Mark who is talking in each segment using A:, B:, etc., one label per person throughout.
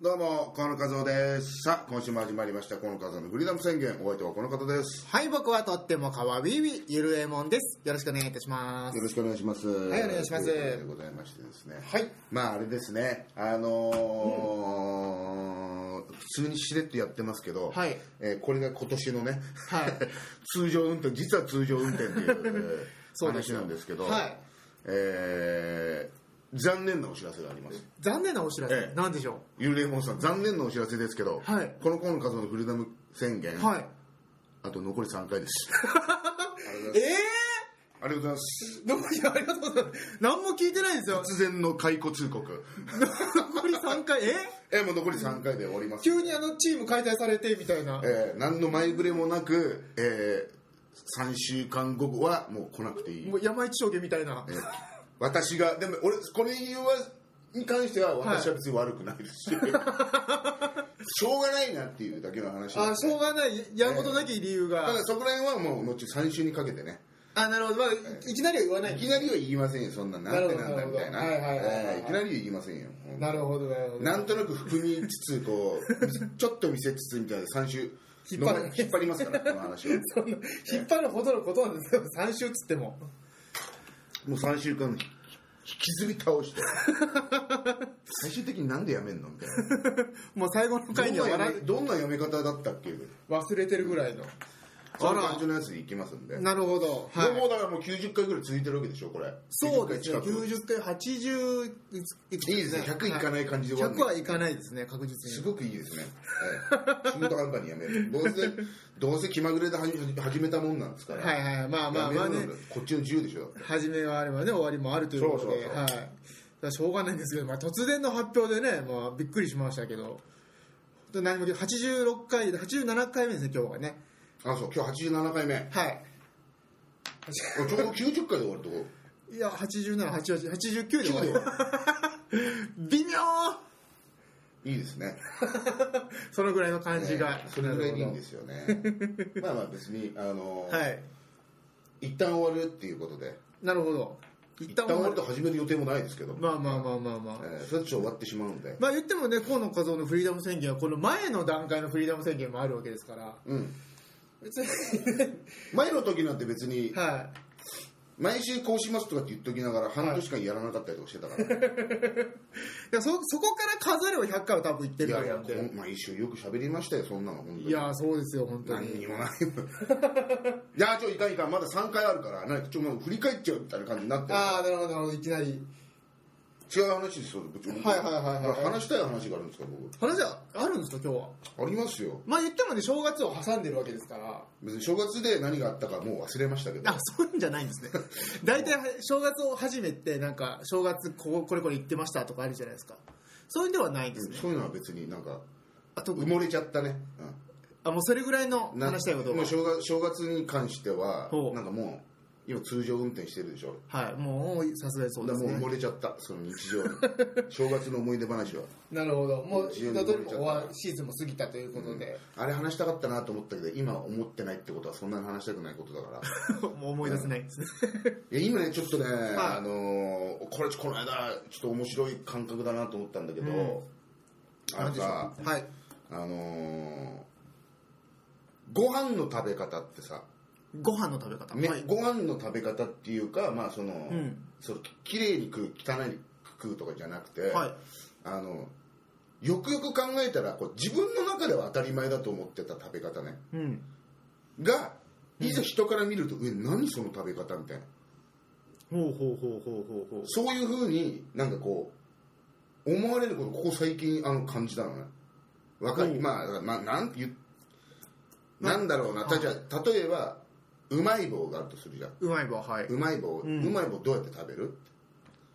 A: どうも、河野和夫です。さあ、今週も始まりました、河野和夫のフリーダム宣言、お相手はこの方です。
B: はい、僕はとってもかわいいゆるえもんです。よろしくお願いいたします
A: よ。ろしくお願いします。
B: はいお願いします
A: ということでございましてですね。
B: はい。
A: まあ、あれですね、あのー普通にしれっとやってますけど、
B: はい
A: えーこれが今年のね、
B: はい。
A: 通常運転、実は通常運転っていうえー
B: そうで
A: 話
B: すよ
A: なんですけど、
B: はい
A: えー残念なお知らせがあります。
B: 残念なお知らせ、
A: ええ
B: なんでしょ
A: ゆるえもんさん、残念なお知らせですけど、
B: はい
A: この河野和夫のフリーダム宣言、
B: う。はい。
A: あと残り3回です。
B: え
A: ありがとうございます。
B: ー、どうもいやありがとうございます。何も聞いてないんですよ。
A: 突然の解雇通告。
B: 残り3回、え
A: え、もう残り3回で終わります。
B: 急にあのチーム解体されてみたいな。
A: えー何の前触れもなく、えー、3週間後はもう来なくていい
B: も。う山一将棋みたいな。
A: えー私が、でも俺、これ言うわに関しては私は別に悪くない ですし、しょうがないなっていうだけの話なん
B: あ、
A: で
B: しょうがない、やることなき理由
A: た
B: が。
A: だそこら辺はもう後3週にかけてね、
B: あ、なるほど。まあ、いいきなりは言わないい。
A: きなりは言いませんよ、そんな、なんてなんだみたいな。
B: なるほどはいはいはいはい
A: えーいきなりは言いませんよ。
B: なるほど、なるほど。
A: なんとなく含みつつこ うちょっと見せつつみたいな3週
B: 引っ張る
A: 引っ張りますからこの話は
B: そんな、引っ張るほどのことなんですよ。3週つっても。
A: もう3週間引きずり倒 して最終的になんでやめんのみたいな
B: もう最後の回には
A: どんな
B: 笑
A: やめどんなやめ方だったっけ
B: い忘れてるぐらいの。
A: そういう感じのやつに行きますんで、
B: なるほど。
A: でもうだからもう90回ぐらい続いてるわけでしょこれ
B: そうですね、
A: 90回近
B: 90回、80いい
A: くいいですね100いかない感じで終わる
B: 100
A: の
B: はいかないですね、確
A: す
B: 実に。
A: ごくいいですね、ええ仕事半端にやめ るどうせどうせ気まぐれで始め始めたもんなんですから、
B: はいはい、まあまあまあ
A: やめ
B: ね
A: る、のこっちの自由でしょだって
B: 始めはあればね、終わりもあるというこ
A: そ
B: とで、
A: うそうそう
B: はい。だからしょうがないんですけど、まあ、突然の発表でね、まあ、びっくりしましたけど、本当に何も86回、87回目ですね、今日はね。
A: あそう今日87回目
B: はい。
A: ちょうど90回で終わるとこ
B: いや、87、88、89で終わ
A: 9で終
B: る。
A: わ
B: 微妙
A: るいいですね
B: そのぐらいの感じが。。
A: ねそれぐらいでいいんですすよねまあまあ別にあのー
B: はい。
A: 一旦終わるっていうことで
B: なるほど。一
A: 一旦
B: 旦終
A: 終
B: わ
A: わ
B: る
A: ると始める予定もないですけど、
B: まあまあまあまあまあ。
A: えーそれだと終わってしまうので
B: まあ言ってもね、河野和夫のフリーダム宣言は、この前の段階のフリーダム宣言もあるわけですから、
A: うん
B: 別に、ね、
A: 前の時なんて別に
B: は
A: 毎週こうしますとかって言っときながら半年間やらなかったりとかしてたから、
B: い。でそ、そこから数えれば100回は多分言って
A: い
B: るわ
A: や
B: け
A: いや
B: なんで。いや
A: こん毎週よく喋りましたよそんなの本当に
B: そうですよ、本当
A: 何
B: に。
A: にもない いやちょいかんいかんまだ3回あるからなんかちょもう振り返っちゃうみたいな感じになってる
B: ああ、なるほど、なるほど、いきなり。
A: 違う話ですよ、部長。
B: はいはいはいはい
A: 話したい話があるんですか、
B: 話はあるんですか、今日は。
A: 僕。ありますよ。
B: まあ言ってもね、正月を挟んでるわけですから。
A: 別に正月で何があったかもう忘れましたけど
B: あ、。そういうんじゃないんですね。 大体、正月を始めて、なんか、正月ここ、これこれ言ってましたとかあるじゃないですか。そういうんではないんですね。
A: そういうのは別になんか、
B: あ、特
A: 埋
B: に。
A: もれちゃったね。
B: あ、もうそれぐらいの
A: うんな
B: 話したいこと
A: も
B: が
A: う。正月正月に関しては
B: ほ、う
A: なんかもう、今通常運転してるでしょ。
B: はい、もう、さすがにそうで
A: だ
B: す
A: からもう埋
B: ね
A: も。れちゃった、その日常に。 正月の思い出話は。
B: なるほど、もう、
A: 自由
B: 一
A: に
B: 通
A: 動
B: り
A: い
B: も
A: ちゃった
B: 終わシーズンも過ぎたということで、
A: あれ話したかったなと思ったけど、今思ってないってことはそんなに話したくないことだから。
B: もう思い出せないですね。
A: いや今ねちょっとね、あのーこれこの間ちょっと面白い感覚だなと思ったんだけど、あのさ
B: 何でしょうはい。
A: あのーご飯の食べ方ってさ、
B: ご飯の食べ方。
A: ね
B: はい。
A: ご飯の食べ方っていうかまあその、
B: うん
A: そのきれいに食う汚い食うとかじゃなくて、
B: はい。
A: あのよくよく考えたらこう自分の中では当たり前だと思ってた食べ方ね
B: うん。
A: がいざ人から見ると、え何その食べ方みたいな
B: ほうほうほうほうほうほう。
A: そういうふうになんかこう思われることここ最近あの感じたのねわか
B: う
A: る
B: ん
A: まあだからまあなんて言うなんだろうなたじゃあ例えばうまい棒があるとするじゃん
B: うまい棒、はい。
A: うまい棒、う
B: うん
A: まい棒どうやって食べる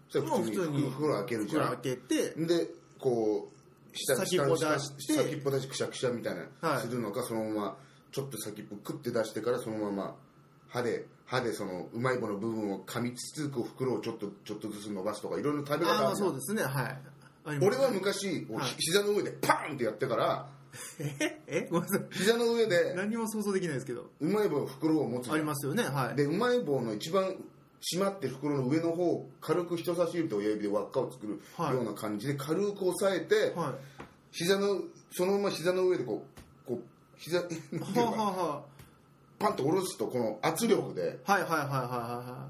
A: それ
B: もう
A: 普
B: 普
A: 通
B: 通
A: に
B: に
A: 袋開けるじゃ
B: 袋開けて、
A: んでこう下
B: 先っぽ
A: 下
B: 出して
A: 下先っぽ出してくしゃくしゃみたいな、
B: はい
A: するのかそのままちょっと先っぽくって出してからそのまま歯で歯でそのうまい棒の部分を噛みつつこう袋をちょっとちょっとずつ伸ばすとかいろいろ食べ方
B: あ
A: る
B: あ、
A: じゃ
B: ま
A: ん
B: あそうですね、はい。あります
A: 俺は昔、
B: はい
A: ひ膝の上でパーンってやってから
B: ええごめんなさい。
A: 膝の上で
B: 何も想像できないですけど。
A: うまい棒の袋を持つ
B: ありますよね、はい。
A: でうまい棒の一番締まってる袋の上の方を軽く人差し指と親指で輪っかを作る
B: はい
A: ような感じで軽く押さえて、
B: は
A: 膝のそのまま膝の上でこうこう膝 なんていうのか
B: はあ
A: な
B: はあは
A: パンと下ろすとこの圧力で
B: あはいはいはいはいは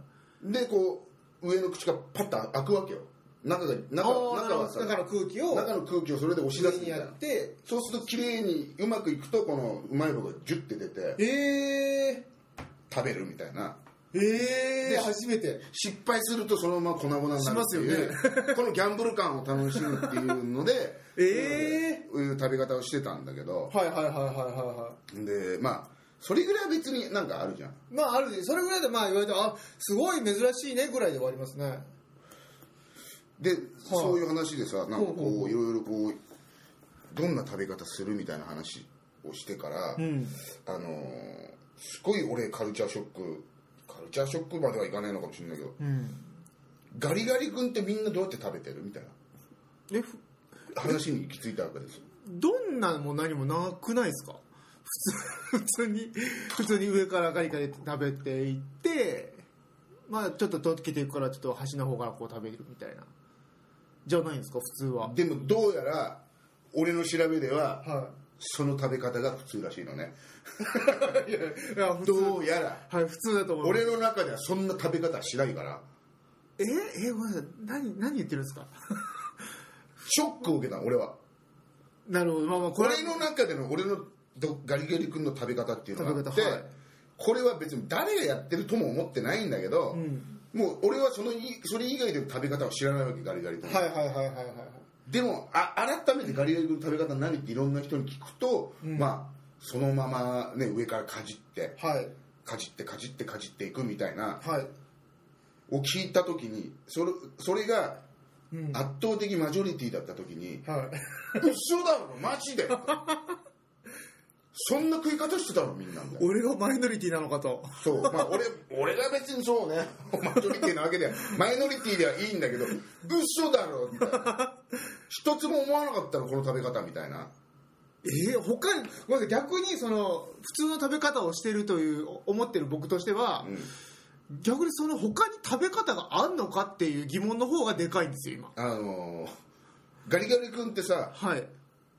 A: でこう上の口がパッと開くわけよ中が
B: い
A: 中
B: はい
A: 中は
B: あ
A: さ
B: あだから空気を
A: 中の空気をそれで押し出
B: 上
A: すみ
B: に
A: たい
B: や
A: な
B: って
A: そうすると綺麗にうまくいくとこのうまい棒がジュッて出て
B: ええ
A: 食べるみたいな
B: ー、ええ
A: で
B: ー、初めて
A: 失敗するとそのまま粉々になるっていう、
B: し
A: このギャンブル感を楽しむっていうので
B: え
A: こういう食べ方をしてたんだけど
B: はいはいはいはいはいはい
A: でまあそれぐらいは別になんかあるじゃん
B: まああるでそれぐらいでまあ言われてあすごい珍しいねぐらいで終わりますね
A: で、そういう話でさなんかこ
B: ほうほうほ
A: ういろいろこうどんな食べ方するみたいな話をしてから、
B: ん
A: あのーすごい俺カルチャーショックカルチャーショックまではいかないのかもしれないけど
B: うん
A: ガリガリ君ってみんなどうやって食べてるみたいな
B: えふ
A: 話に行き着いたわけですよ
B: どんなも何もなくないですか普通 普通に普通に上からガリガリ食べていってまあちょっと溶けていくからちょっと端の方からこう食べるみたいなじゃないんですか普通は
A: でもどうやら俺の調べでは
B: は
A: その食べ方が普通らしいのね
B: いいやいや普通
A: どうやら
B: はい普通だと思います
A: 俺の中ではそんな食べ方はしないから
B: ええごめんなさい何何言ってるんですか
A: ショックを受けたの俺は
B: なるほどまあまあこれは
A: 俺の中での俺のどガリガリ君の食べ方っていうのがあって、
B: 食べ方はい
A: これは別に誰がやってるとも思ってないんだけど、
B: うん
A: もう俺はそのいそれ以外での食べ方を知らないわけガリガリ君、
B: はいはいはいはいはい
A: でもあ改めてガリガリ君の食べ方何っていろんな人に聞くと、まあそのままね上からかじって
B: はい
A: かじってかじってかじっていくみたいな
B: はい
A: を聞いた時にそれそれが
B: うん
A: 圧倒的マジョリティだった時に
B: はい
A: 嘘だろマジでそんな食い方してたのみんなみたいな
B: 俺がマイノリティなのかと
A: そうまあ俺俺が別にそうねマジョリティなわけではマイノリティではいいんだけど嘘だろみたいな一つも思わなかったのこの食べ方みたいな
B: えー、他にごめんなさい逆にその普通の食べ方をしてるというお思ってる僕としては、逆にその他に食べ方があんのかっていう疑問の方がでかいんですよ今
A: あのーガリガリ君ってさ
B: はい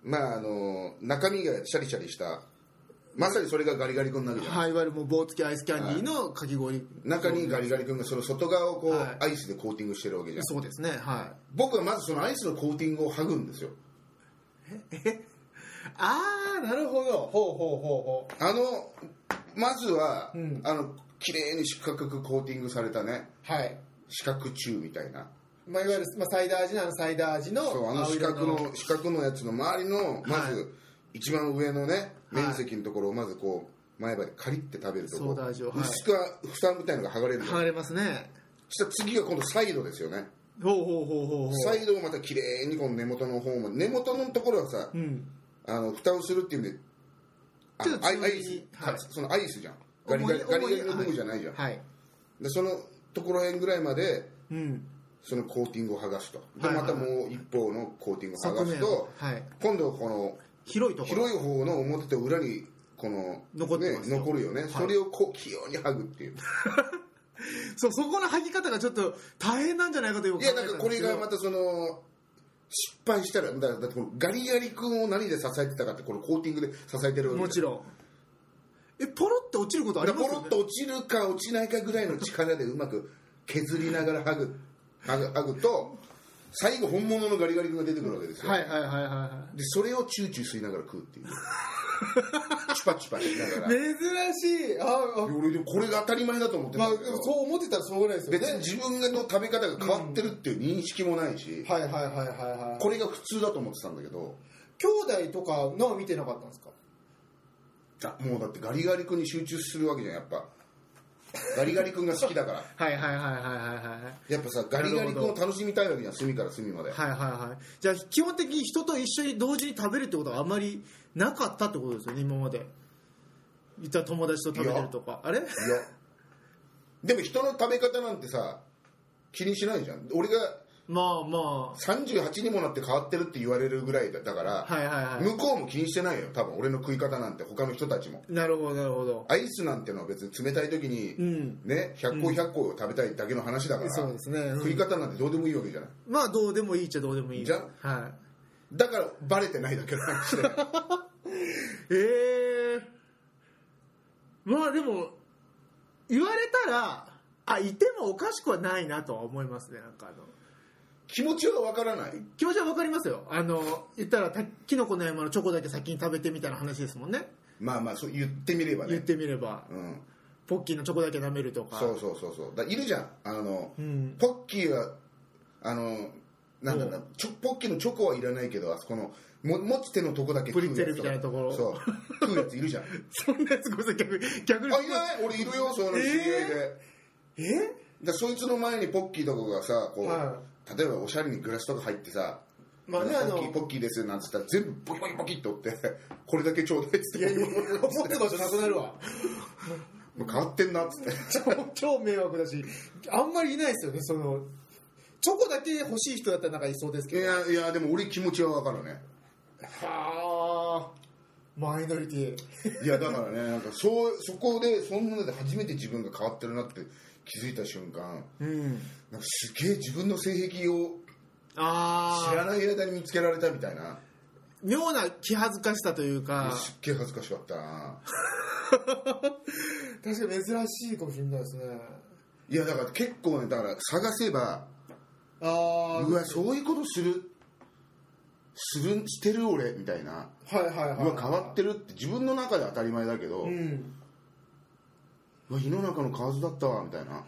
A: まああのー中身がシャリシャリしたまさにそれがガリガリ君なわけじゃん、
B: はいいわゆるもう棒付きアイスキャンディーのかき氷
A: 中にガリガリ君がその外側をこう、
B: はい
A: アイスでコーティングしてるわけじゃん
B: そうですねは
A: 僕はまずそのアイスのコーティングを剥ぐんですよ
B: いああなるほどほうほうほうほ
A: あのまずは、
B: うん
A: あの綺麗に四角くコーティングされたね
B: うはい、
A: 四角柱みたいな
B: まあ、いわゆる、まあ、サイダー味なのサイダー味の
A: そうあの
B: 青
A: 四
B: 色
A: 角の四角のやつの周りのまず一番上のね面積のところをまずこう前歯でカリって食べると
B: そう
A: こ
B: だ味を
A: う
B: はい
A: 薄くは蓋みたいのが剥がれるじゃん
B: 剥がれますね
A: そしたら次が今度サイドですよね
B: ほうほうほうほうほう
A: サイドをまた綺麗にこの根元の方も根元のところはさ
B: うん
A: あの蓋をするっていうんであ
B: ちょっと
A: アイ
B: 強
A: ア
B: めに
A: イス、
B: はい
A: そのアイスじゃんガリガリ
B: 重
A: ガ
B: い
A: リガ
B: 重い
A: リの部分じゃないじゃん、
B: はい
A: でそのところへんぐらいまで
B: うん
A: そのコーティングを剥がすとで
B: はいは
A: ま
B: い
A: たもう一方のコーティングを剥
B: 側
A: がす
B: 面
A: と
B: はい
A: 今度はこの
B: 広いところ
A: 広い方の表と裏にこの
B: 残ってますよ
A: ね、残るよね、
B: い
A: それをこう器用に剥ぐっていう
B: そうそこの履き方がちょっと大変なんじゃないかという
A: いやなんかこれがまたその失敗したらだからだってこのガリガリ君を何で支えてたかってこのコーティングで支えてるわけ
B: もちろんえポロって落ちることあり
A: だ
B: ます
A: から
B: よ
A: ポ
B: ね
A: ロッと落ちるか落ちないかぐらいの力でうまく削りながら剥ぐ剥ぐ剥ぐと最後本物のガリガリ君が出てくるわけですよ、
B: はいはいはいは
A: でそれをチューチュー吸いながら食うっ ていうチュパチュパしなが
B: い
A: ら
B: はい珍しいああ
A: 俺でもこれが当たり前だと思って
B: ま
A: た
B: あ
A: んだけど、
B: そう思ってたらしょうがないですよ
A: 別
B: ね
A: に自分の食べ方が変わってるっていう認識もないし、
B: はいはいはいはいはい
A: これが普通だと思ってたんだけど
B: 兄弟とかのは見てなかったんですか
A: あもうだってガリガリ君に集中するわけじゃんやっぱガリガリ君が好きだから
B: はいはいはいはいはいはい
A: やっぱさガリガリ君を楽しみたいわけじゃん隅から隅まで
B: はいはいはいじゃあ基本的に人と一緒に同時に食べるってことはあまりなかったってことですよね今までいた友達と食べてるとかあれ
A: いやでも人の食べ方なんてさ気にしないじゃん俺が
B: まあま
A: 38にもなって変わってるって言われるぐらいだだから、
B: あはいはいはい
A: 向こうも気にしてないよ多分俺の食い方なんて他の人たちも
B: なるほどなるほど
A: アイスなんてのは別に冷たい時に、
B: うん
A: ね100個100個を食べたいだけの話だから、
B: そうですね、うん
A: 食い方なんてどうでもいいわけじゃない
B: まあどうでもいいっちゃどうでもいい
A: じゃん
B: は
A: だからバレてないだけの話で
B: ええまあでも言われたらあいてもおかしくはないなとは思いますねなんかあの
A: 気持ちはわからない
B: 気持ちはわかりますよあの言ったらたキノコの山のチョコだけ先に食べてみたいな話ですもんね
A: まあまあそう言ってみれば
B: 言っ
A: ね、
B: てみれば
A: うん、
B: ポッキーのチョコだけ舐めるとか
A: そうそうそうそうだいるじゃんあの、
B: うん
A: ポッキーはあのなんだろうなちょポッキーのチョコはいらないけどあそこのも持ち手のとこだけ食うやつ
B: プリッツェルみたいなところ
A: そう食うやつい るじゃんあ
B: そんなやつごめんなさい逆に逆に
A: いない俺いるよその知り合いで、
B: え
A: だそいつの前にポッキーとかがさこう、
B: は
A: 例えばおしゃれにグラスとか入ってさ
B: まあねあ
A: ポ
B: の
A: ッキーポッキーですなんつったら全部ボキボキボキって折って これだけちょうだいっつって
B: 持つ場所なくなるわ
A: もう変わってんなっつって
B: 超超迷惑だしあんまりいないですよねそのチョコだけ欲しい人だったらなんかいそうです
A: い
B: けど
A: やいやでも俺気持ちは分かるね
B: はあマイノリティ
A: いやだからねなんかそうそこでそんなので初めて自分が変わってるなって気づいた瞬間
B: うん
A: なんかすげえ自分の性癖を
B: あ
A: 知ら
B: あ
A: ない間に見つけられたみたいな
B: 妙な気恥ずかしさというか
A: すっげえ恥ずかしかったな
B: 確かに珍しいかもしれないですね
A: いやだから結構ねだから探せば
B: あ
A: うわそういうことするするしてる俺みたいな
B: あはいはいう
A: わ変わってるって自分の中で当たり前だけど、
B: う
A: うんわ世の中の蛙だったわみたいな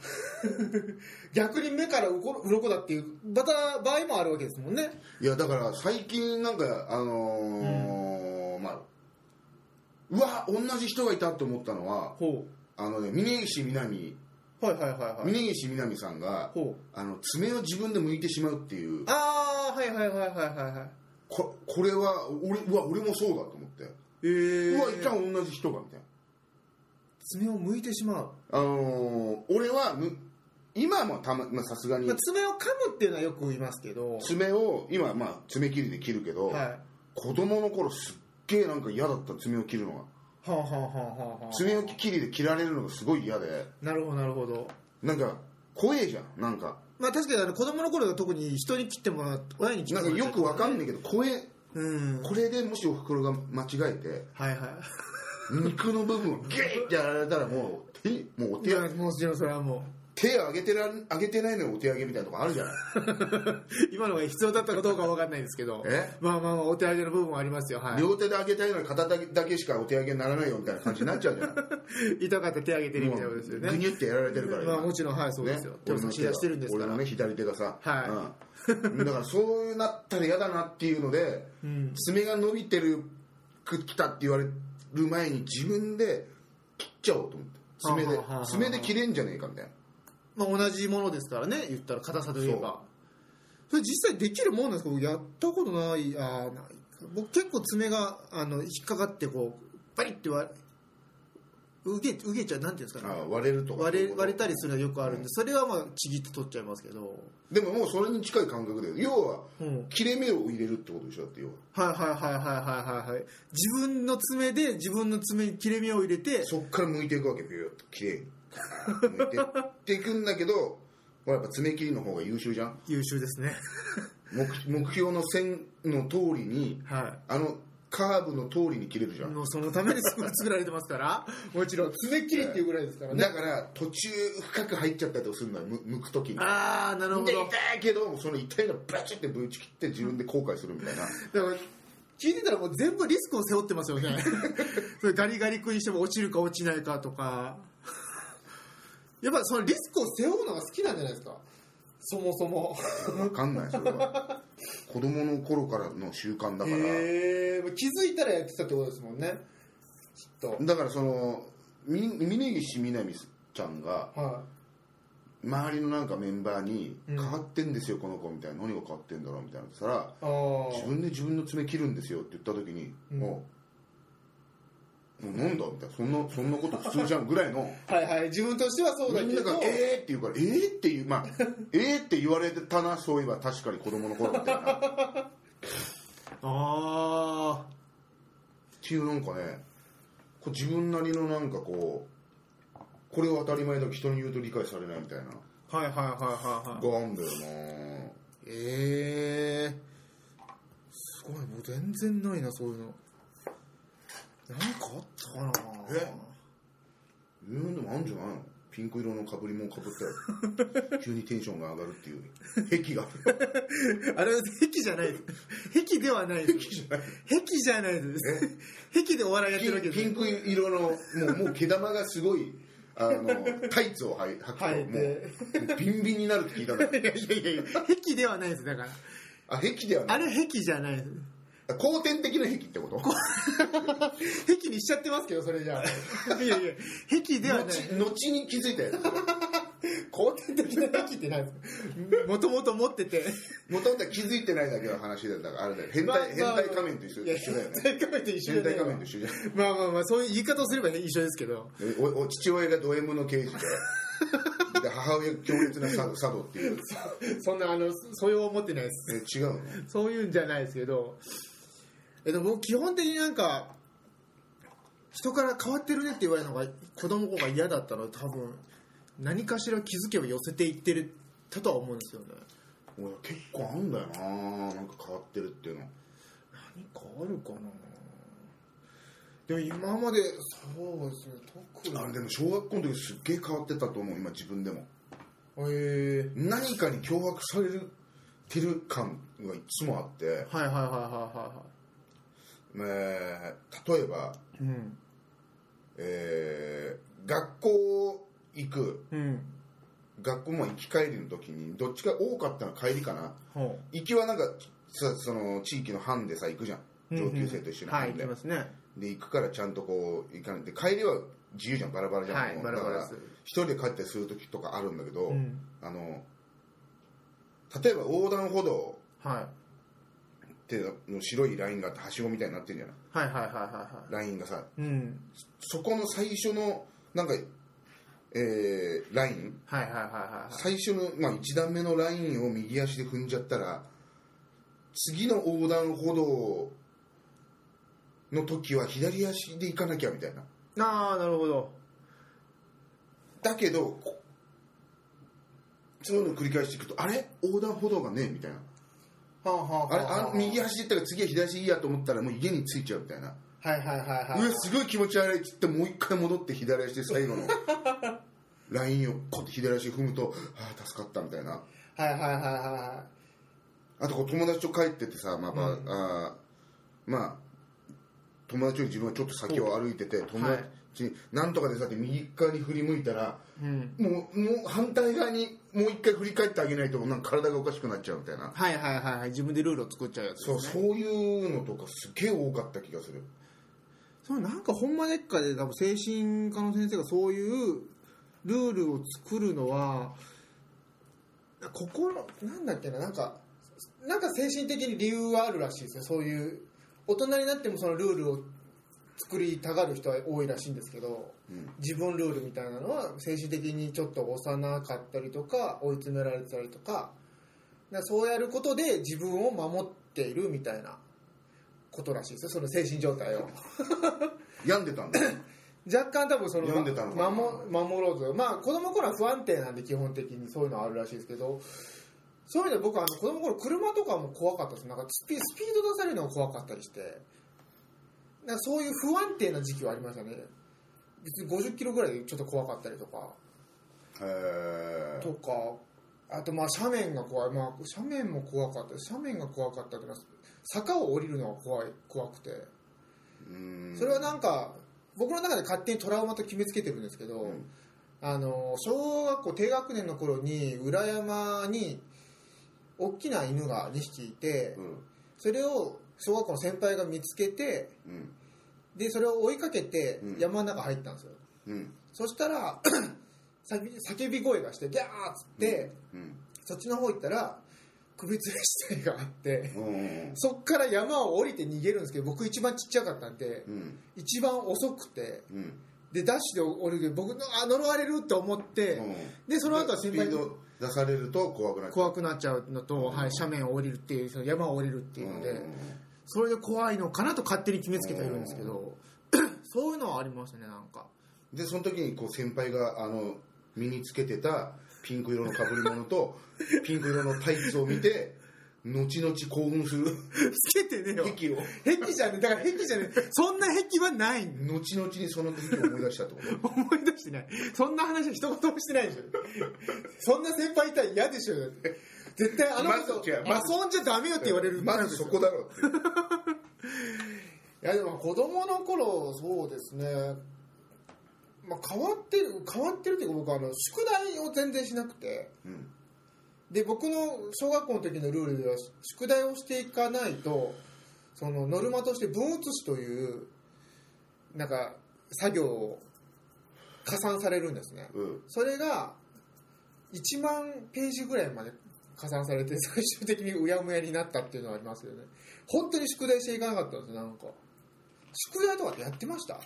B: 逆に目からうこ鱗だっていうまた場合もあるわけですもんね
A: いやだから最近なんかあのーまあうわ同じ人がいたと思ったのは
B: ほ
A: あのね峯岸みなみ
B: うはいはいはいはい
A: 峯岸みなみさんが
B: ほう
A: あの爪を自分で剥いてしまうっていう
B: ああはいはいはいはいはいはい
A: ここれは俺うわ俺もそうだと思って、
B: えー
A: うわいたん同じ人がみたいな
B: 爪を剥いてしまう、
A: あのー俺はむ今もたままあさすがに
B: まあ、爪を噛むっていうのはよく言いますけど
A: 爪を今まあ爪切りで切るけど、
B: はいは
A: 子供の頃すっげえなんか嫌だった爪を切るのが
B: あ、はあはあはあはあ
A: 爪を切りで切られるのがすごい嫌で
B: なるほどなるほど
A: なんか怖えじゃんなんか
B: まあ確かにあの子供の頃は特に人に切ってもらう親に切っ
A: な
B: て
A: ん
B: も
A: から
B: う
A: よくわかんないけど怖え
B: うん
A: これでもしおふくろが間違えて
B: はいはい
A: 肉の部分をゲーってやられたらもう手もうお
B: い
A: 手
B: やもちろんそれはも
A: 手上げてらん上げてないのにお手上げみたいなとこあるじゃないう
B: 今のが必要だったかどうかは分かんないですけど
A: え
B: まあまあまあお手上げの部分はありますよはい
A: 両手で上げたいのに片手だけしかお手上げにならないよみたいな感じになっちゃうじゃない
B: 痛かったら手上げてるみたいなことですよ
A: ぐ
B: ね
A: にゅってやられてるから
B: まあもちろんはいそうですよ、手を差し出してるんですか
A: 俺
B: ら、
A: のね左手がさ、
B: は
A: うん、だからそういうなったら嫌だなっていうので、
B: うん
A: 爪が伸びてるくきたって言われる前に自分で切っちゃおうと思って爪
B: はあ
A: で
B: はあはあはあ
A: 爪で切れんじゃねえかみたいな
B: まあ、同じものですからね言ったら硬さといえばそれ実際できるもんなんですか僕やったことないあーない僕結構爪があの引っかかってこうバリって割れうげうげちゃうなんていうんですかね
A: あ割れるとか
B: 割れ割れ
A: り
B: たりするのはよくあるんで、それはまあちぎって取っちゃいますけど、
A: でももうそれに近い感覚で要は
B: うん、
A: 切れ目を入れるってことでしょだって要は
B: はいはいはいはいはいはいはい自分の爪で自分の爪に切れ目を入れて
A: そっから剥いていくわけビューッと綺麗に剥いてっていくんだけどほらやっぱ爪切りの方が優秀じゃん
B: 優秀ですね
A: 目目標の線の通りに
B: はい
A: あのカーブの通りに切れるじゃん
B: もうそのために作られてますから、 もちろん、爪切りっていうぐらいですからね。
A: だから途中深く入っちゃったりとかするのはむ剥く時に
B: あー、なるほど。
A: で
B: だ
A: 痛
B: か
A: いけどその痛いのバチってぶち切って自分で後悔するみたいな
B: ら、聞いてたらもう全部リスクを背負ってます よね。それガリガリ君にしても落ちるか落ちないかとか。やっぱそのリスクを背負うのが好きなんじゃないですか。そもそも。
A: 分かんないそれは子供の頃からの習慣だから
B: へえー、気づいたらやってたってことですもんね。きっと。
A: だからそのみ峯岸みなみちゃんが
B: は
A: 周りのなんかメンバーに「
B: うん
A: 変わってんですよこの子」みたいな「何が変わってんだろう」みたいなのって言ったら
B: い。あ
A: 「自
B: ー。
A: 分で自分の爪切るんですよ」って言った時に「
B: うん
A: もうもうなんだ」みたいな「そんなそんなこと普通じゃん」ぐらいの
B: はいはい。自分としては そうだ
A: み
B: け
A: んな
B: ど。
A: が「えー!」って言うから「えー!」っていう まあ「えー!」って言われたなそういえば確かに子供の頃みたいなっ
B: あ
A: ていうなんかねこう自分なりのなんかこうこれを当たり前だけど人に言うと理解されないみたいな
B: ー。はいはいはいはいはい。
A: があんだよな
B: ええごい僕全然ないなそういうのなんかあったかな
A: えうんでもあるんじゃないのピンク色のかぶりもんかぶ って急にテンションが上がるっていう癖がある
B: あれは壁じゃないです壁ではないです壁じゃないです壁でお笑いやってるわけ
A: ピン
B: です
A: ピンク色のもうもう毛玉がすごいあのタイツをはい履くと
B: はいで
A: もうビンビンになるって聞いたの
B: いやいやいやいや壁ではないですだから
A: あ壁ではな
B: あ
A: い
B: れ壁じゃないです
A: 後天的な壁ってこと
B: 壁にしちゃってますけどそれじゃあいやいや壁ではない
A: 後 後に気づいたやつ
B: 後天的な壁ってないですもともと持ってて
A: もともとは気づいてないだけの話だからあれだよ変
B: まあま
A: 態変
B: あ
A: 態仮面と一緒
B: いや
A: 一緒だよね
B: 変態仮面と一緒
A: 変
B: だ
A: 態
B: よ
A: 仮面と一緒じゃん
B: まあまあまあそういう言い方をすれば一緒ですけど
A: えおお父親がド M の刑事でで母親が強烈なササドって いう
B: そんなあの素養を持ってないです
A: え違うの
B: そういうんじゃないですけど、えっと、僕基本的になんか人から変わってるねって言われるのが子供子が嫌だったら多分何かしら気づけば寄せていってるたとは思うんですよね
A: 俺結構あんだよななんか変わってるっていうの
B: 何かあるかなでも今までそうですね特に
A: あれでも小学校の時すっげえ変わってたと思う今自分でも
B: え
A: 何かに脅迫されるてる感がいつもあって、
B: ー、はいはいはいはいはいは
A: えー例えば、
B: いうん
A: えー学校行く
B: うん
A: 学校も行き帰りの時にどっちか多かったのは帰りかな
B: ほ
A: 行きはなんかさその地域の班でさ行くじゃん
B: う
A: 上級生と一緒に
B: は
A: 班
B: い行
A: で、
B: きますね
A: で行くからちゃんとこう行かないで帰りは自由じゃんバラバラじゃん、
B: はい
A: もう
B: バラバラ
A: だ
B: で
A: か
B: す
A: ら一人で帰ったりする時とかあるんだけど、
B: うん
A: あの例えば横断歩道
B: はい
A: っていうの白いラインがあってはしごみたいになってるじゃない
B: はいはいはいはいは
A: ラインがさ
B: いうん
A: そこの最初のなんかえー、ライン
B: はいはいはいはいはい
A: 最初の、まあ、1段目のラインを右足で踏んじゃったら次の横断歩道の時は左足で行かなきゃみたいな
B: ああなるほど
A: だけどこそういうのを繰り返していくとあれ横断歩道がねえみたいな
B: はあはあは
A: あれあの右足で行ったから次は左足いいやと思ったらもう家に着いちゃうみたいな
B: はいはいはいはいう
A: わすごい気持ち悪いっつってもう一回戻って左足で最後の ラインをこうやって左足踏むとああ助かったみたいな
B: はいはいはいは
A: あとこう友達と帰っててさ、まあまあ
B: う
A: あーまあ、友達より自分はちょっと先を歩いてて友達になんとかでさって右側に振り向いたら
B: いうん
A: もうもう反対側にもう一回振り返ってあげないとなんか体がおかしくなっちゃうみたいな
B: はいはいはいはい自分でルールを作っちゃうやつ
A: そうそういうのとかすげえ多かった気がする
B: それなんかほんまでっかで多分精神科の先生がそういうルールを作るのは心なんだっけななんかなんか精神的に理由はあるらしいですよそういう大人になってもそのルールを作りたがる人は多いらしいんですけど、
A: うん
B: 自分ルールみたいなのは精神的にちょっと幼かったりとか追い詰められてたりとかだからそうやることで自分を守っているみたいなことらしいですよその精神状態を。
A: 病んでたんだ
B: 若干多分その
A: 読んでたのかな
B: ま守ろうとまあ子供の頃は不安定なんで基本的にそういうのはあるらしいですけどそういう意味で僕はあの子供の頃車とかも怖かったですなんかスピスピード出されるのが怖かったりしてなんかそういう不安定な時期はありましたね別に50キロぐらいでちょっと怖かったりとか
A: へえ
B: とかあとまあ斜面が怖い、まあ、斜面も怖かった斜面が怖かったっていうのは坂を降りるのが怖い怖くて
A: うん
B: それはなんか僕の中で勝手にトラウマと決めつけてるんですけど、
A: うん
B: あの小学校低学年の頃に裏山に大きな犬が2匹いて
A: うん
B: それを小学校の先輩が見つけて
A: うん
B: でそれを追いかけて
A: うん
B: 山の中入ったんですよ、
A: うん
B: そしたら 叫び叫び声がしてギャーっつって、
A: うん
B: そっちの方行ったら首吊り死体があって
A: うんうん
B: そっから山を降りて逃げるんですけど僕一番ちっちゃかったんで
A: うん
B: 一番遅くて
A: うん
B: でダッシュで降りて僕のあ呪われると思って、でその後は先輩
A: スピ
B: に
A: ード出されると怖くなっちゃう
B: 怖くなっちゃうのと、はい、斜面を降りるっていうその山を降りるっていうので、
A: う
B: それで怖いのかなと勝手に決めつけてはいるんですけど、 そういうのはありましたねなんか
A: んでその時にこう先輩があの身につけてたピンク色の被り物とピンク色のタイツを見て後々興奮する
B: つけてねえよ。
A: 癖を
B: 壁じゃねえ。だから壁じゃねえ。そんな壁はないんだ
A: 後々にその癖を思い出したってこと
B: 思い出してない。そんな話は一言もしてないでしょ。そんな先輩いたら嫌でしょ。だって絶対あの
A: まず
B: 子と、
A: 違うまず
B: 遊んじゃダメよって言われる。
A: まずそこだろうっていう
B: いやでも子供の頃そうですね、まあ、変わってる変わってるっていうか僕はあの宿題を全然しなくて
A: うん
B: で僕の小学校の時のルールでは宿題をしていかないとそのノルマとして分写しというなんか作業を加算されるんですね
A: うん
B: それが1万ページぐらいまで加算されて最終的にうやむやになったっていうのはありますよね本当に宿題していかなかったんですなんか宿題とかってやってましたあ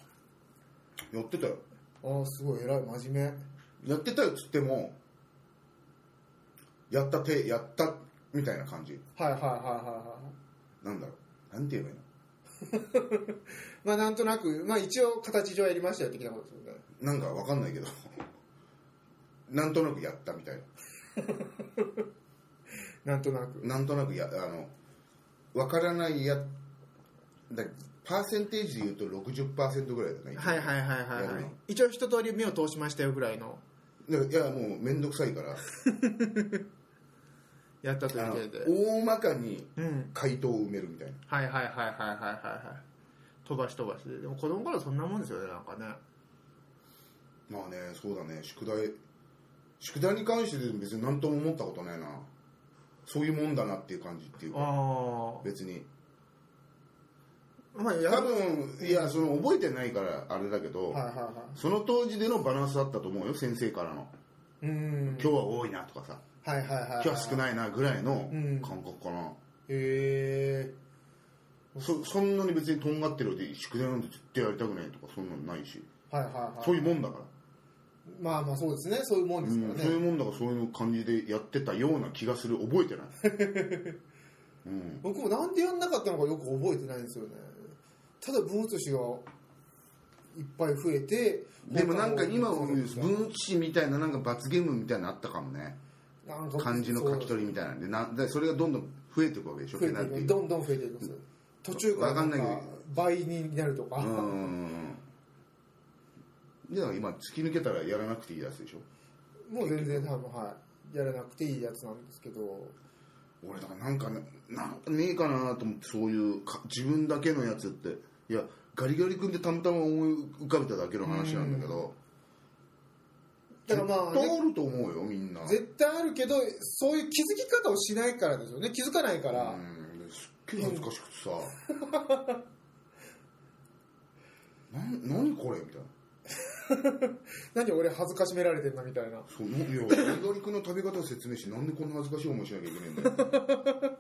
A: やってたよ
B: あすごい偉い真面目
A: やってたよっつってもやった手やったみたいな感じ
B: はいはいはいはいはい
A: なんだろうなんて言えばいい
B: まあなんとなくまあ一応形上やりましたよ的なことですよね
A: のなんかわかんないけど なんとなくやったみたい
B: なんとなく
A: ななんとなくやあのわからないやだパーセンテージで言うと60%ぐらいだね
B: はいはいはいはい、
A: や
B: は
A: る
B: い
A: の、
B: 一応一通り目を通しましたよぐらいの
A: いやいやもう面倒くさいから
B: やったとい
A: あ
B: う
A: の
B: 程で
A: 大まかに
B: うん
A: 回答を埋めるみたいな
B: はいはいはいはいはいはいはい飛ばし飛ばしででも子供からそんなもんですよねなんかね
A: まあねそうだね宿題宿題に関して別に何とも思ったことないなそういうもんだなっていう感じっていうか
B: あ
A: 別に
B: あまあや
A: 多
B: は
A: 分いやその覚えてないからあれだけど、
B: いはいは
A: その当時でのバランスだったと思うよ先生からの
B: いうん
A: 今日は多いなとかさ
B: はいはいはい
A: 今日は少
B: い
A: ないなぐらいの
B: うん
A: 感覚かな、
B: へえ
A: そそんなに別にとんがってるようで宿題なんて絶対やりたくないとかそんなのないし
B: はいはいはい
A: そういうもんだから、
B: まあまあそうですねそういうもんで
A: う
B: すか
A: ん、そうい
B: らね
A: うもんだからそういう感じでやってたような気がする覚えてない、うん、
B: 僕もなんでやんなかったのかよく覚えてないんですよねただ文写しがいっぱい増えて
A: でもなんか今
B: 他の
A: 分子みたいななんか罰ゲームみたいなのあったかもね
B: なんか
A: 漢字の書き取りみたいなんでなんでそれがどんどん増えていくわけでしょ
B: そう
A: ペナ
B: 増え
A: ルテ
B: てい
A: ィ
B: く
A: ー
B: どんどん増えていきます途中から
A: わかんないけど
B: 倍になるとか、
A: うーんでだから今突き抜けたらやらなくていいやつでしょ
B: もう全然多分はいやらなくていいやつなんですけど
A: 俺だからなんかねなんかねえかなと思ってそういうか自分だけのやつっていやガリガリ君ってたまたま思い浮かべただけの話なんだけど
B: だからまあ、
A: 絶対あると思うよみんな
B: 絶対あるけどそういう気づき方をしないからですよね気づかないから、
A: うんすっげえ恥ずかしくてさ なん何これみたいな
B: 何俺恥ずかしめられてんのみたいな
A: そうないやガリガリ君の食べ方を説明してなんでこんな恥ずかしい思いしなきゃいけないんだよ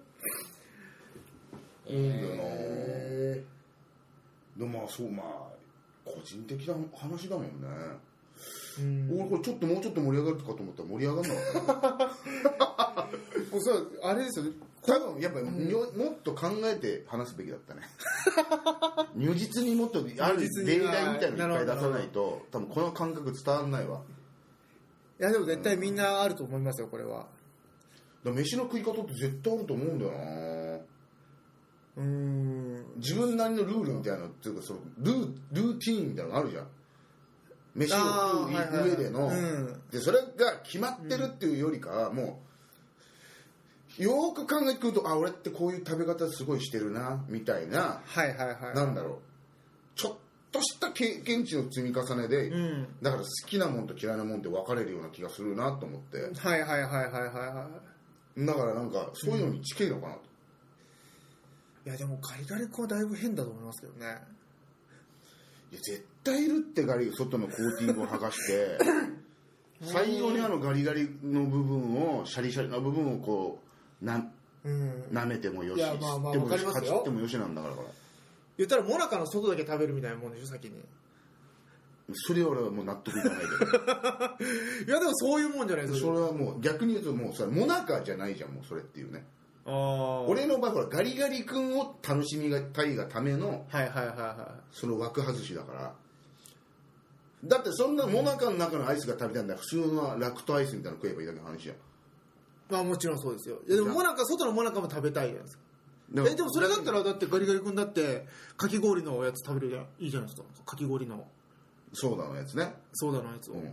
A: うんだよな
B: へ
A: でもまあそうまあ個人的な話だもんね、
B: ーうん
A: 俺これちょっともうちょっと盛り上がるかと思ったら盛り上がんなかった
B: もうそう あれですよね
A: 多分やっぱり、にょもっと考えて話すべきだったね 如実にもっとある
B: 如実に
A: 例題みたいなのいっぱい出さないと多分この感覚伝わんないわ
B: いやでも絶対みんなあると思いますよこれは
A: だから飯の食い方って絶対あると思うんだよな
B: うーん
A: 自分なりのルールみたいなっていうかそのルールーティーンみたいなのあるじゃん飯を食
B: あーは
A: う
B: いはい
A: 上での、
B: うん
A: でそれが決まってるっていうよりかはもうよーく考えてくるとあ俺ってこういう食べ方すごいしてるなみたいな、
B: はいはいはい
A: なんだろうちょっとした経験値の積み重ねで、
B: うん
A: だから好きなもんと嫌いなもんって分かれるような気がするなと思って
B: はいはいはいはいはいは
A: だからなんかそういうのに近いのかなと、
B: いいやでもガリガリ君はだいぶ変だと思いますけどね
A: いや絶対いるってガリ外のコーティングを剥がして 最後にあのガリガリの部分をシャリシャリの部分をこうな
B: うん
A: 舐めてもよ
B: い
A: し
B: やまあ
A: 吸っ
B: まあ
A: てもよ
B: わかりま
A: し
B: す
A: か
B: よ
A: じってもよしなんだからこれ
B: 言ったらモナカの外だけ食べるみたいなもんでしょ先に
A: それは俺はもう納得いかない
B: いやでもそういうもんじゃない
A: け
B: で
A: ど
B: す
A: それ
B: か
A: はもう逆に言うともうそれモナカじゃないじゃんもうそれっていうね
B: ああ
A: 俺の場合ほらガリガリ君を楽しみたいがための
B: はいはいはいは
A: その枠外しだからだってそんなモナカの中のアイスが食べたいんだら普通のラクトアイスみたいなの食えばいいだけの話じゃん
B: いまあもちろんそうですよいやでももなか外のもなかも食べたいじゃないですか
A: だから
B: えでもそれだったらだってガリガリ君だってかき氷のやつ食べるやいいじゃないですかかき氷の
A: ソーダのやつね
B: ソーダのやつを、
A: うん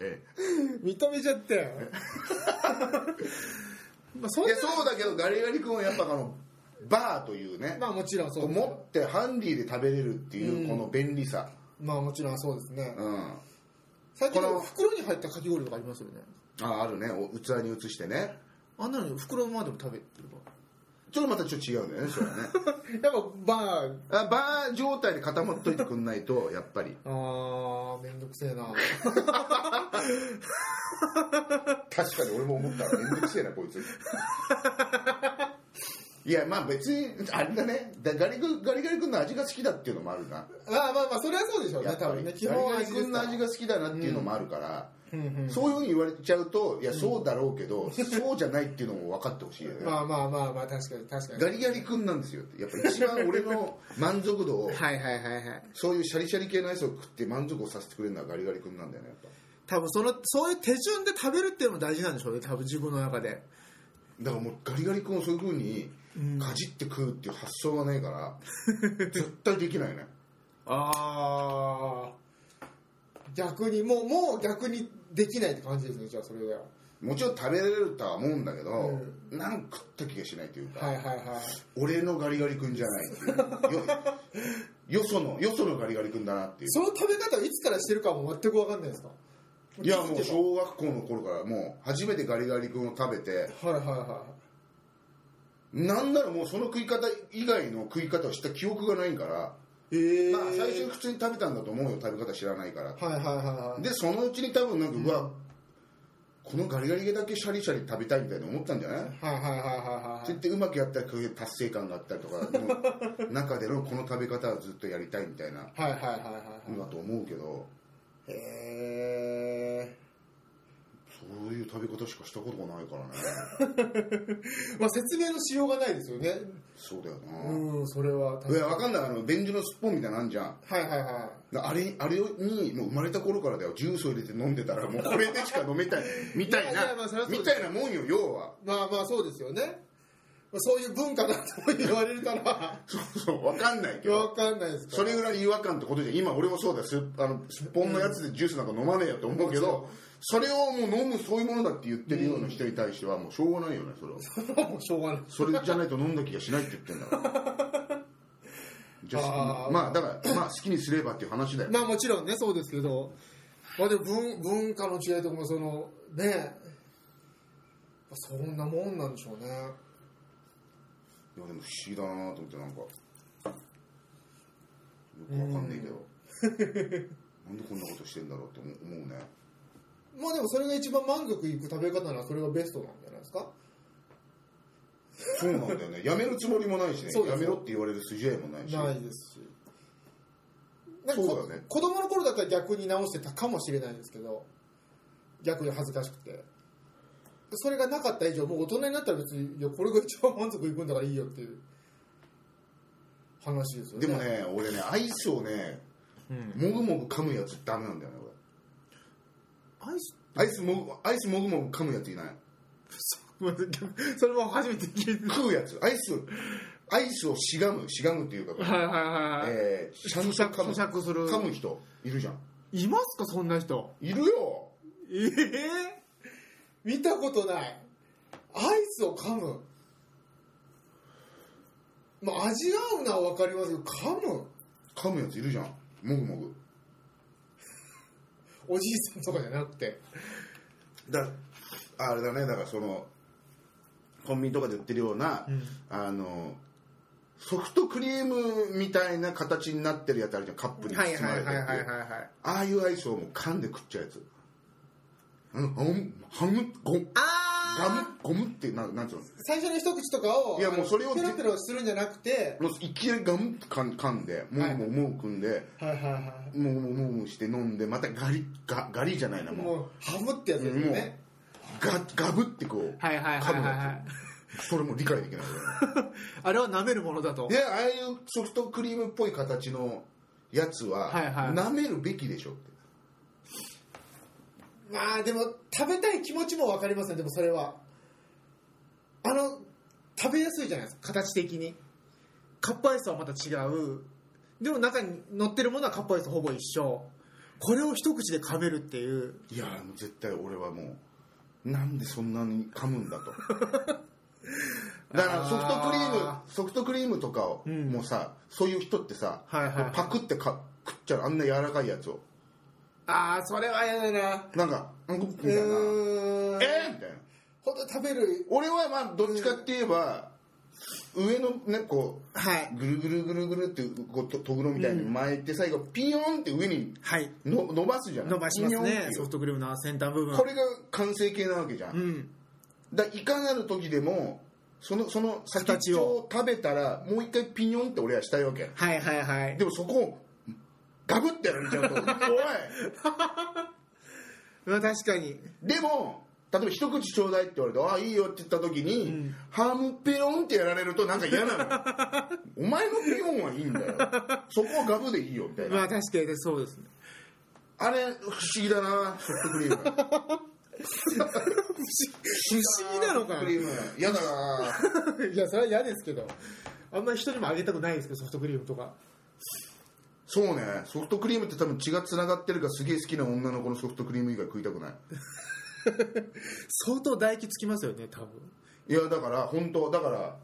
A: え
B: 認めちゃった よまあそ
A: えい
B: んな
A: やそうだけどガリガリ君はやっぱこのバーというね、
B: まあもちろんそ
A: こう
B: うです
A: 持ってハンディで食べれるっていううんこの便利さ、
B: まあもちろんそうですね
A: うん
B: 最近
A: この
B: 袋に入ったかき氷とかありますよね
A: ああるねお器に移してね
B: あんなの袋までも食べてるわ
A: ちょっとまたちょっと違うんだよねそれ はね
B: やっぱバー
A: あバー状態で固まっといてくんないとやっぱり
B: あーめんどくせえ な
A: 確かに俺も思っためんどくせえなこいつ いやまあ別にあれだねだガリガリガリ君の味が好きだっていうのもあるな
B: まあまあまあそれはそうでしょう
A: や
B: ね
A: っ
B: 多
A: ぱ
B: 分
A: り
B: ね
A: ガリ
B: 基本は
A: ガリ
B: 味です
A: 君の
B: か
A: 味が好きだなっていうのもあるから、
B: うんうん
A: そういうふうに言われちゃうといやそうだろうけど、そうじゃないっていうのも分かってほしいよね、
B: まあまあまあまあ確かに確かに
A: ガリガリ君なんですよってやっぱ一番俺の満足度を
B: はいはいはいはい
A: そういうシャリシャリ系のアイスを食って満足をさせてくれるのはガリガリ君なんだよねやっぱ
B: 多分そのそういう手順で食べるっていうのも大事なんでしょうね多分自分の中で
A: だからもうガリガリ君をそういうふうにかじって食うっていう発想がないから、絶対できないね
B: ああ逆にもうもう逆にできないって感じですねじゃあそれでは
A: もちろん食べれるとは思うんだけど、
B: う
A: なんか食った気がしないというか、
B: はいはいはい
A: 俺のガリガリ君じゃないっていうよよそのよそのガリガリ君だなっていう
B: その食べ方をいつからしてるかも全く分かんないですか
A: いやもう小学校の頃からもう初めてガリガリ君を食べて
B: はいはいは
A: なんならもうその食い方以外の食い方をした記憶がないから、
B: いええ
A: まあ最初に普通に食べたんだと思うよ食べ方知らないから
B: はいはいはいはい
A: でそのうちに多分なんか、うわこのガリガリだけシャリシャリ食べたいみたいに思ったんじゃない、って
B: はいはいはいはいはい
A: 言ってうまくやったらこういう達成感があったりとかの 中でのこの食べ方はずっとやりたいみたいな
B: はいはいはいはい
A: のだと思うけど
B: へえ
A: そういう食べ方しかしたことがないからね
B: まあ説明のしようがないですよね
A: そうだよな、
B: うんそれは確
A: いや
B: か
A: わかんないあの便所のすっぽんみたいなのあんじゃん
B: にはいはいは
A: あれあれにもう生まれた頃からだよジュースを入れて飲んでたらもうこれでしか飲め たいみたいない
B: やいやまあそりゃそ
A: み
B: うだよ
A: たいなもんよ要はい
B: まあまあそうですよねまあそういう文化だと言われ たら
A: そうそうわかんないけど
B: 分かんないですから
A: それぐらい違和感ってことじゃん今俺もそうだよすあのすっぽんのやつでジュースなんか飲まねえよと思うけど、それをもう飲むそういうものだって言ってるような人に対してはもうしょうがないよねそれは
B: もうしょうがない。
A: それじゃないと飲んだ気がしないって言ってんだから じゃあ
B: あー
A: まあだから、まあ、好きにすればっていう話だよ、
B: まあもちろんね、そうですけど、まあでも文文化の違いとかも、その、ね、そんなもんなんでしょうね。
A: いやでも不思議だなと思ってなんかよくわかんないけど、 なんでこんなことしてんだろうって思う思うね
B: まあでもそれが一番満足いく食べ方ならそれがベストなんじゃないですか。
A: そうなんだよねやめるつもりもないしね
B: そうです
A: やめろって言われる筋合いもないし
B: ないですし。なんかこ
A: そうだね
B: 子供の頃だったら逆に直してたかもしれないですけど、逆に恥ずかしくて。それがなかった以上、もう大人になったら別に、いや、これが一番満足いくんだからいいよっていう話ですよね。
A: でもね俺ねアイスをね
B: うん、
A: もぐもぐ噛むやつダメなんだよね
B: アイス
A: 俺アイスもぐアイスもぐもぐ噛むやついない
B: ごめんなさいそれも初めて聞い
A: 食うやつアイスアイスをしがむしがむっていうか、
B: た。はいはいはい。
A: えー、ちゃんと
B: 咀
A: 噛む
B: 嚼咀嚼する
A: 噛む人いるじゃん
B: いますか、そんな人。
A: いるよ
B: ええ見たことない。アイスを噛む。まあ、味が合うのはわかりますけど、噛む
A: 噛むやついるじゃんもぐもぐ
B: おじいさんとかじゃなくて。
A: だあれだねだからそのコンビニとかで売ってるような、
B: ん
A: あのソフトクリームみたいな形になってるやつあるじゃんカップに包まれてっていう
B: はい。
A: ああいうアイスをもう噛んで食っちゃうやつあのハムハムゴムガム
B: あ
A: ゴムってなんなんつうの
B: 最初の一口とかを、
A: いやもうそれを
B: あのペロペロするんじゃなくて、
A: もういきなりガムって噛ん噛んでもうもうもう組んで、
B: はいはいは。
A: もうもうもうもうして飲んでまたガリガガリじゃないないもう
B: もう、ハムってやつですよね。
A: ガガブってこう
B: はいはい
A: はいはいはいそれも理解できない
B: あれは舐めるものだと。
A: でああいうソフトクリームっぽい形のやつは
B: はいはい
A: 舐めるべきでしょって、
B: まあでも食べたい気持ちも分かりますねでもそれはあの食べやすいじゃないですか形的にかっぱアイスはまた違うでも中に乗ってるものはかっぱアイスとほぼ一緒これを一口で噛めるっていう
A: いやもう絶対俺はもうなんでそんなに噛むん だとだからソフトクリーム
B: あ
A: ソフトクリームとかを、
B: うん
A: もうさそういう人ってさ、
B: はいはいはい
A: パクってか食っちゃうあんな柔らかいやつを
B: ああそれは嫌だな
A: なんか「うん」みた
B: う
A: いな「
B: ー
A: え
B: ん
A: ー、みたいな
B: ほんと食べる
A: 俺はまあどっちかって言えば、上のねこう
B: はい
A: ぐるぐるぐるぐるってこうととぐろみたいに巻いて、最後ピヨンって上に
B: はい
A: の伸ばすじゃない
B: 伸ばします
A: ピヨンっ
B: ね
A: てい
B: ソフ
A: う
B: トクリームの先端部分
A: これが完成形なわけじゃん
B: うん
A: だからいかなる時でもそのその先っちょを食べたらもう一回ピニョンって俺はしたいわけ
B: はいはいはい
A: でもそこをガブってやられちゃ うとおい
B: まあ確かに
A: でも例えば一口ちょうだいって言われてああいいよって言った時に、
B: ん
A: ハムペロンってやられるとなんか嫌なのお 前のピヨンはいいんだよそこはガブでいいよみたいな、
B: まあ確かにそうですね
A: あれ不思議だなソフトクリーム
B: 不思議なの
A: ソフ
B: か
A: トクリーム嫌だない
B: やそれは嫌ですけどあんまり人にもあげたくないですけどソフトクリームとか
A: そうねソフトクリームって多分血がつながってるからすげえ好きな女の子のソフトクリーム以外食いたくない
B: 相当唾液つきますよね多分
A: いやだから本当だから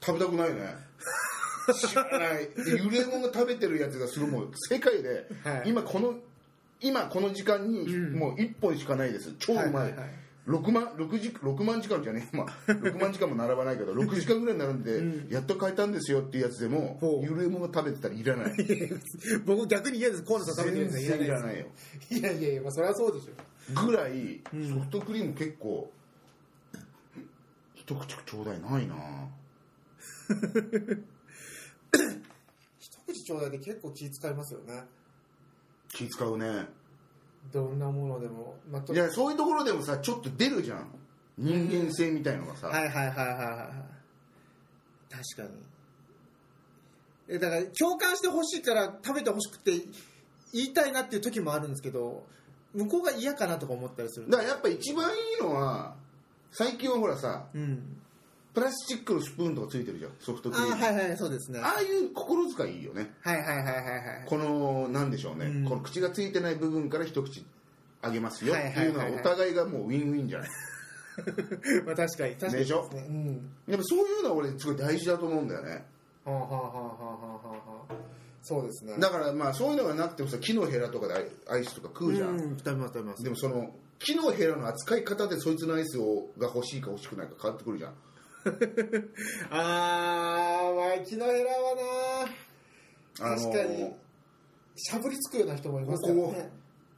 A: 食べたくないね知らないでゆれもんが食べてるやつがするもう世界で、
B: はい
A: 今この今この時間に
B: うん
A: もう1本しかないです超うまい,、
B: はいはいはい
A: 6万6時6万時間じゃねえ、まあ、6万時間も並ばない けど6時間ぐらい並んで、やっと買えたんですよっていうやつでも
B: ほう
A: ゆれもんが食べてたらいら ない
B: 僕逆に嫌です河野さん食べてる
A: 全
B: やつはい
A: 然い
B: ら
A: ら
B: ない
A: ないよ
B: ですいやいやいやまあそれはそうでしょ
A: ぐらい
B: うん
A: ソフトクリーム結構一口ちょうだいないな
B: 一口ちょうだいで結構気使いますよね
A: 気使うね
B: どんなものでもまあと
A: いやそういうところでもさちょっと出るじゃん人間性みたいのがさ、
B: はいはいはいはいはい確かにえだから共感してほしいから食べてほしくて言いたいなっていう時もあるんですけど向こうが嫌かなとか思ったりする
A: だからやっぱ一番いいのは最近はほらさ
B: うん
A: プラスチックのスプーンとかついてるじゃんソフトク
B: あ
A: リームあ,、
B: はいはいそうですねはい
A: あいう心遣いいいよね
B: はいはいはいはい
A: このなんでしょうね、
B: うん
A: この口がついてない部分から一口あげますよ
B: はい
A: って
B: はいはいいう
A: の
B: は
A: はいお互いがもうウィンウィンじゃない
B: まあ確かに確かに
A: でしょ
B: すねうん
A: やっぱそういうのは俺すごい大事だと思うんだよね
B: はあはあはあはあはあはあそうですね
A: だからまあそういうのがなくてもさ木のヘラとかでアイスとか食うじゃん、
B: うん食べます食べます
A: でもその木のヘラの扱い方でそいつのアイスをが欲しいか欲しくないか変わってくるじゃん
B: あーまあ木のヘラはな
A: あのー
B: 確かにしゃぶりつくような人もいます
A: ここ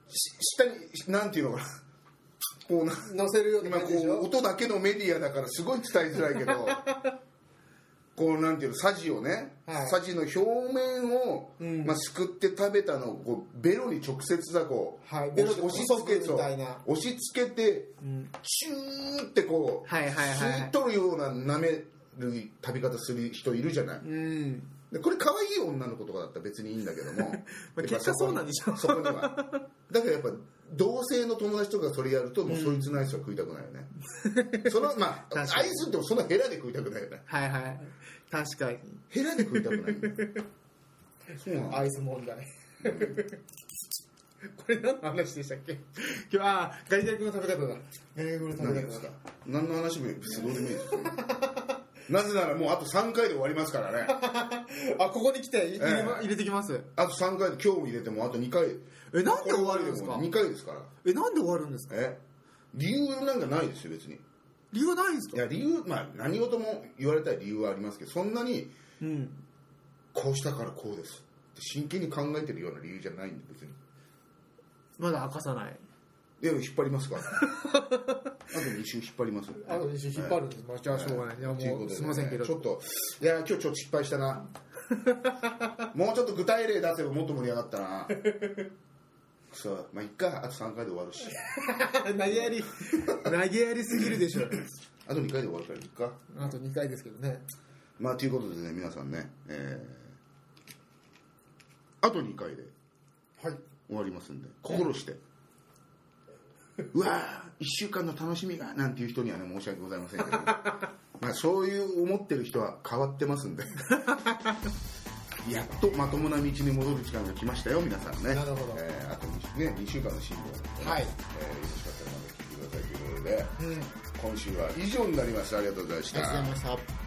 A: し下にしなんていうのかなこうな
B: 乗せるような
A: 今
B: 感じでし
A: こう
B: ょ
A: 音だけのメディアだからすごい伝えづらいけ どこうなんていうのサジをね、
B: はい
A: サジの表面を、
B: うん
A: まあ、すくって食べたのをこうベロに直接さこう、
B: はい
A: 押し
B: ベ
A: 押
B: ロで
A: し
B: こそ
A: 付
B: く
A: け
B: みたいな
A: そう押し付けて
B: うん
A: シューってこう、
B: はいはいはいはい
A: 吸い取るような舐める食べ方する人いるじゃない、
B: うん
A: でこれ可愛い女の子とかだったら別にいいんだけども
B: まあ結果そうなんでしょ
A: やっぱそこにそこにはだからやっぱ同性の友達とかそれやるともうそいつのアイスは食いたくないよね、 そのまあ
B: 確か
A: ア
B: に
A: イスってもそのヘラで食いたくないよね
B: はいはい確かに
A: ヘラで食いたくないよねそうなの
B: アイス問題 これ何の話でしたっけ今日あーガリガリ君の食べ方だガリガリ君の
A: 何ですか何の話も別にどうでもいいですよなぜならもうあと3回で終わりますからね
B: あここに来て入れ,、
A: ええ
B: 入れてきます
A: あと3回で今日も入れてもあと2回
B: えなんで終わるんですか
A: 2回ですから
B: えなんで終わるんですか
A: え理由なんかないですよ別に
B: 理由はないんです
A: い
B: か
A: や理由まあ何事も言われたい理由はありますけどそんなに
B: うん
A: こうしたからこうですって真剣に考えてるような理由じゃないんで別に
B: まだ明かさない
A: でも引っ張ります からあと2週引っ張りますよ
B: あと2週引っ張るんです、まあ、じゃあしょうがない、いや
A: というこ
B: も
A: と
B: う
A: です
B: いませんけど
A: ちょっといや今日ちょっと失敗したなもうちょっと具体例出せばもっと盛り上がったなそうまあ一回あと3回で終わるし
B: 投げやり 投げやりすぎるでしょ
A: あと2回で終わるからいっか
B: あと2回ですけどね
A: まあということでね皆さんねえーあと2回で
B: はい
A: 終わりますんで心してうわー一週間の楽しみがなんていう人にはね申し訳ございません けどまあそういう思ってる人は変わって ますんでやっとまともな道に戻る時間が来ましたよ皆さんね
B: なるほど
A: えーあと 2,、ね、2週間の辛抱なんでね、
B: はい
A: えーよろしかったらまた聞いてくださいということで
B: うん。あり
A: 今週は以上になりますありがとうございまし
B: がとうござ
A: た
B: いました。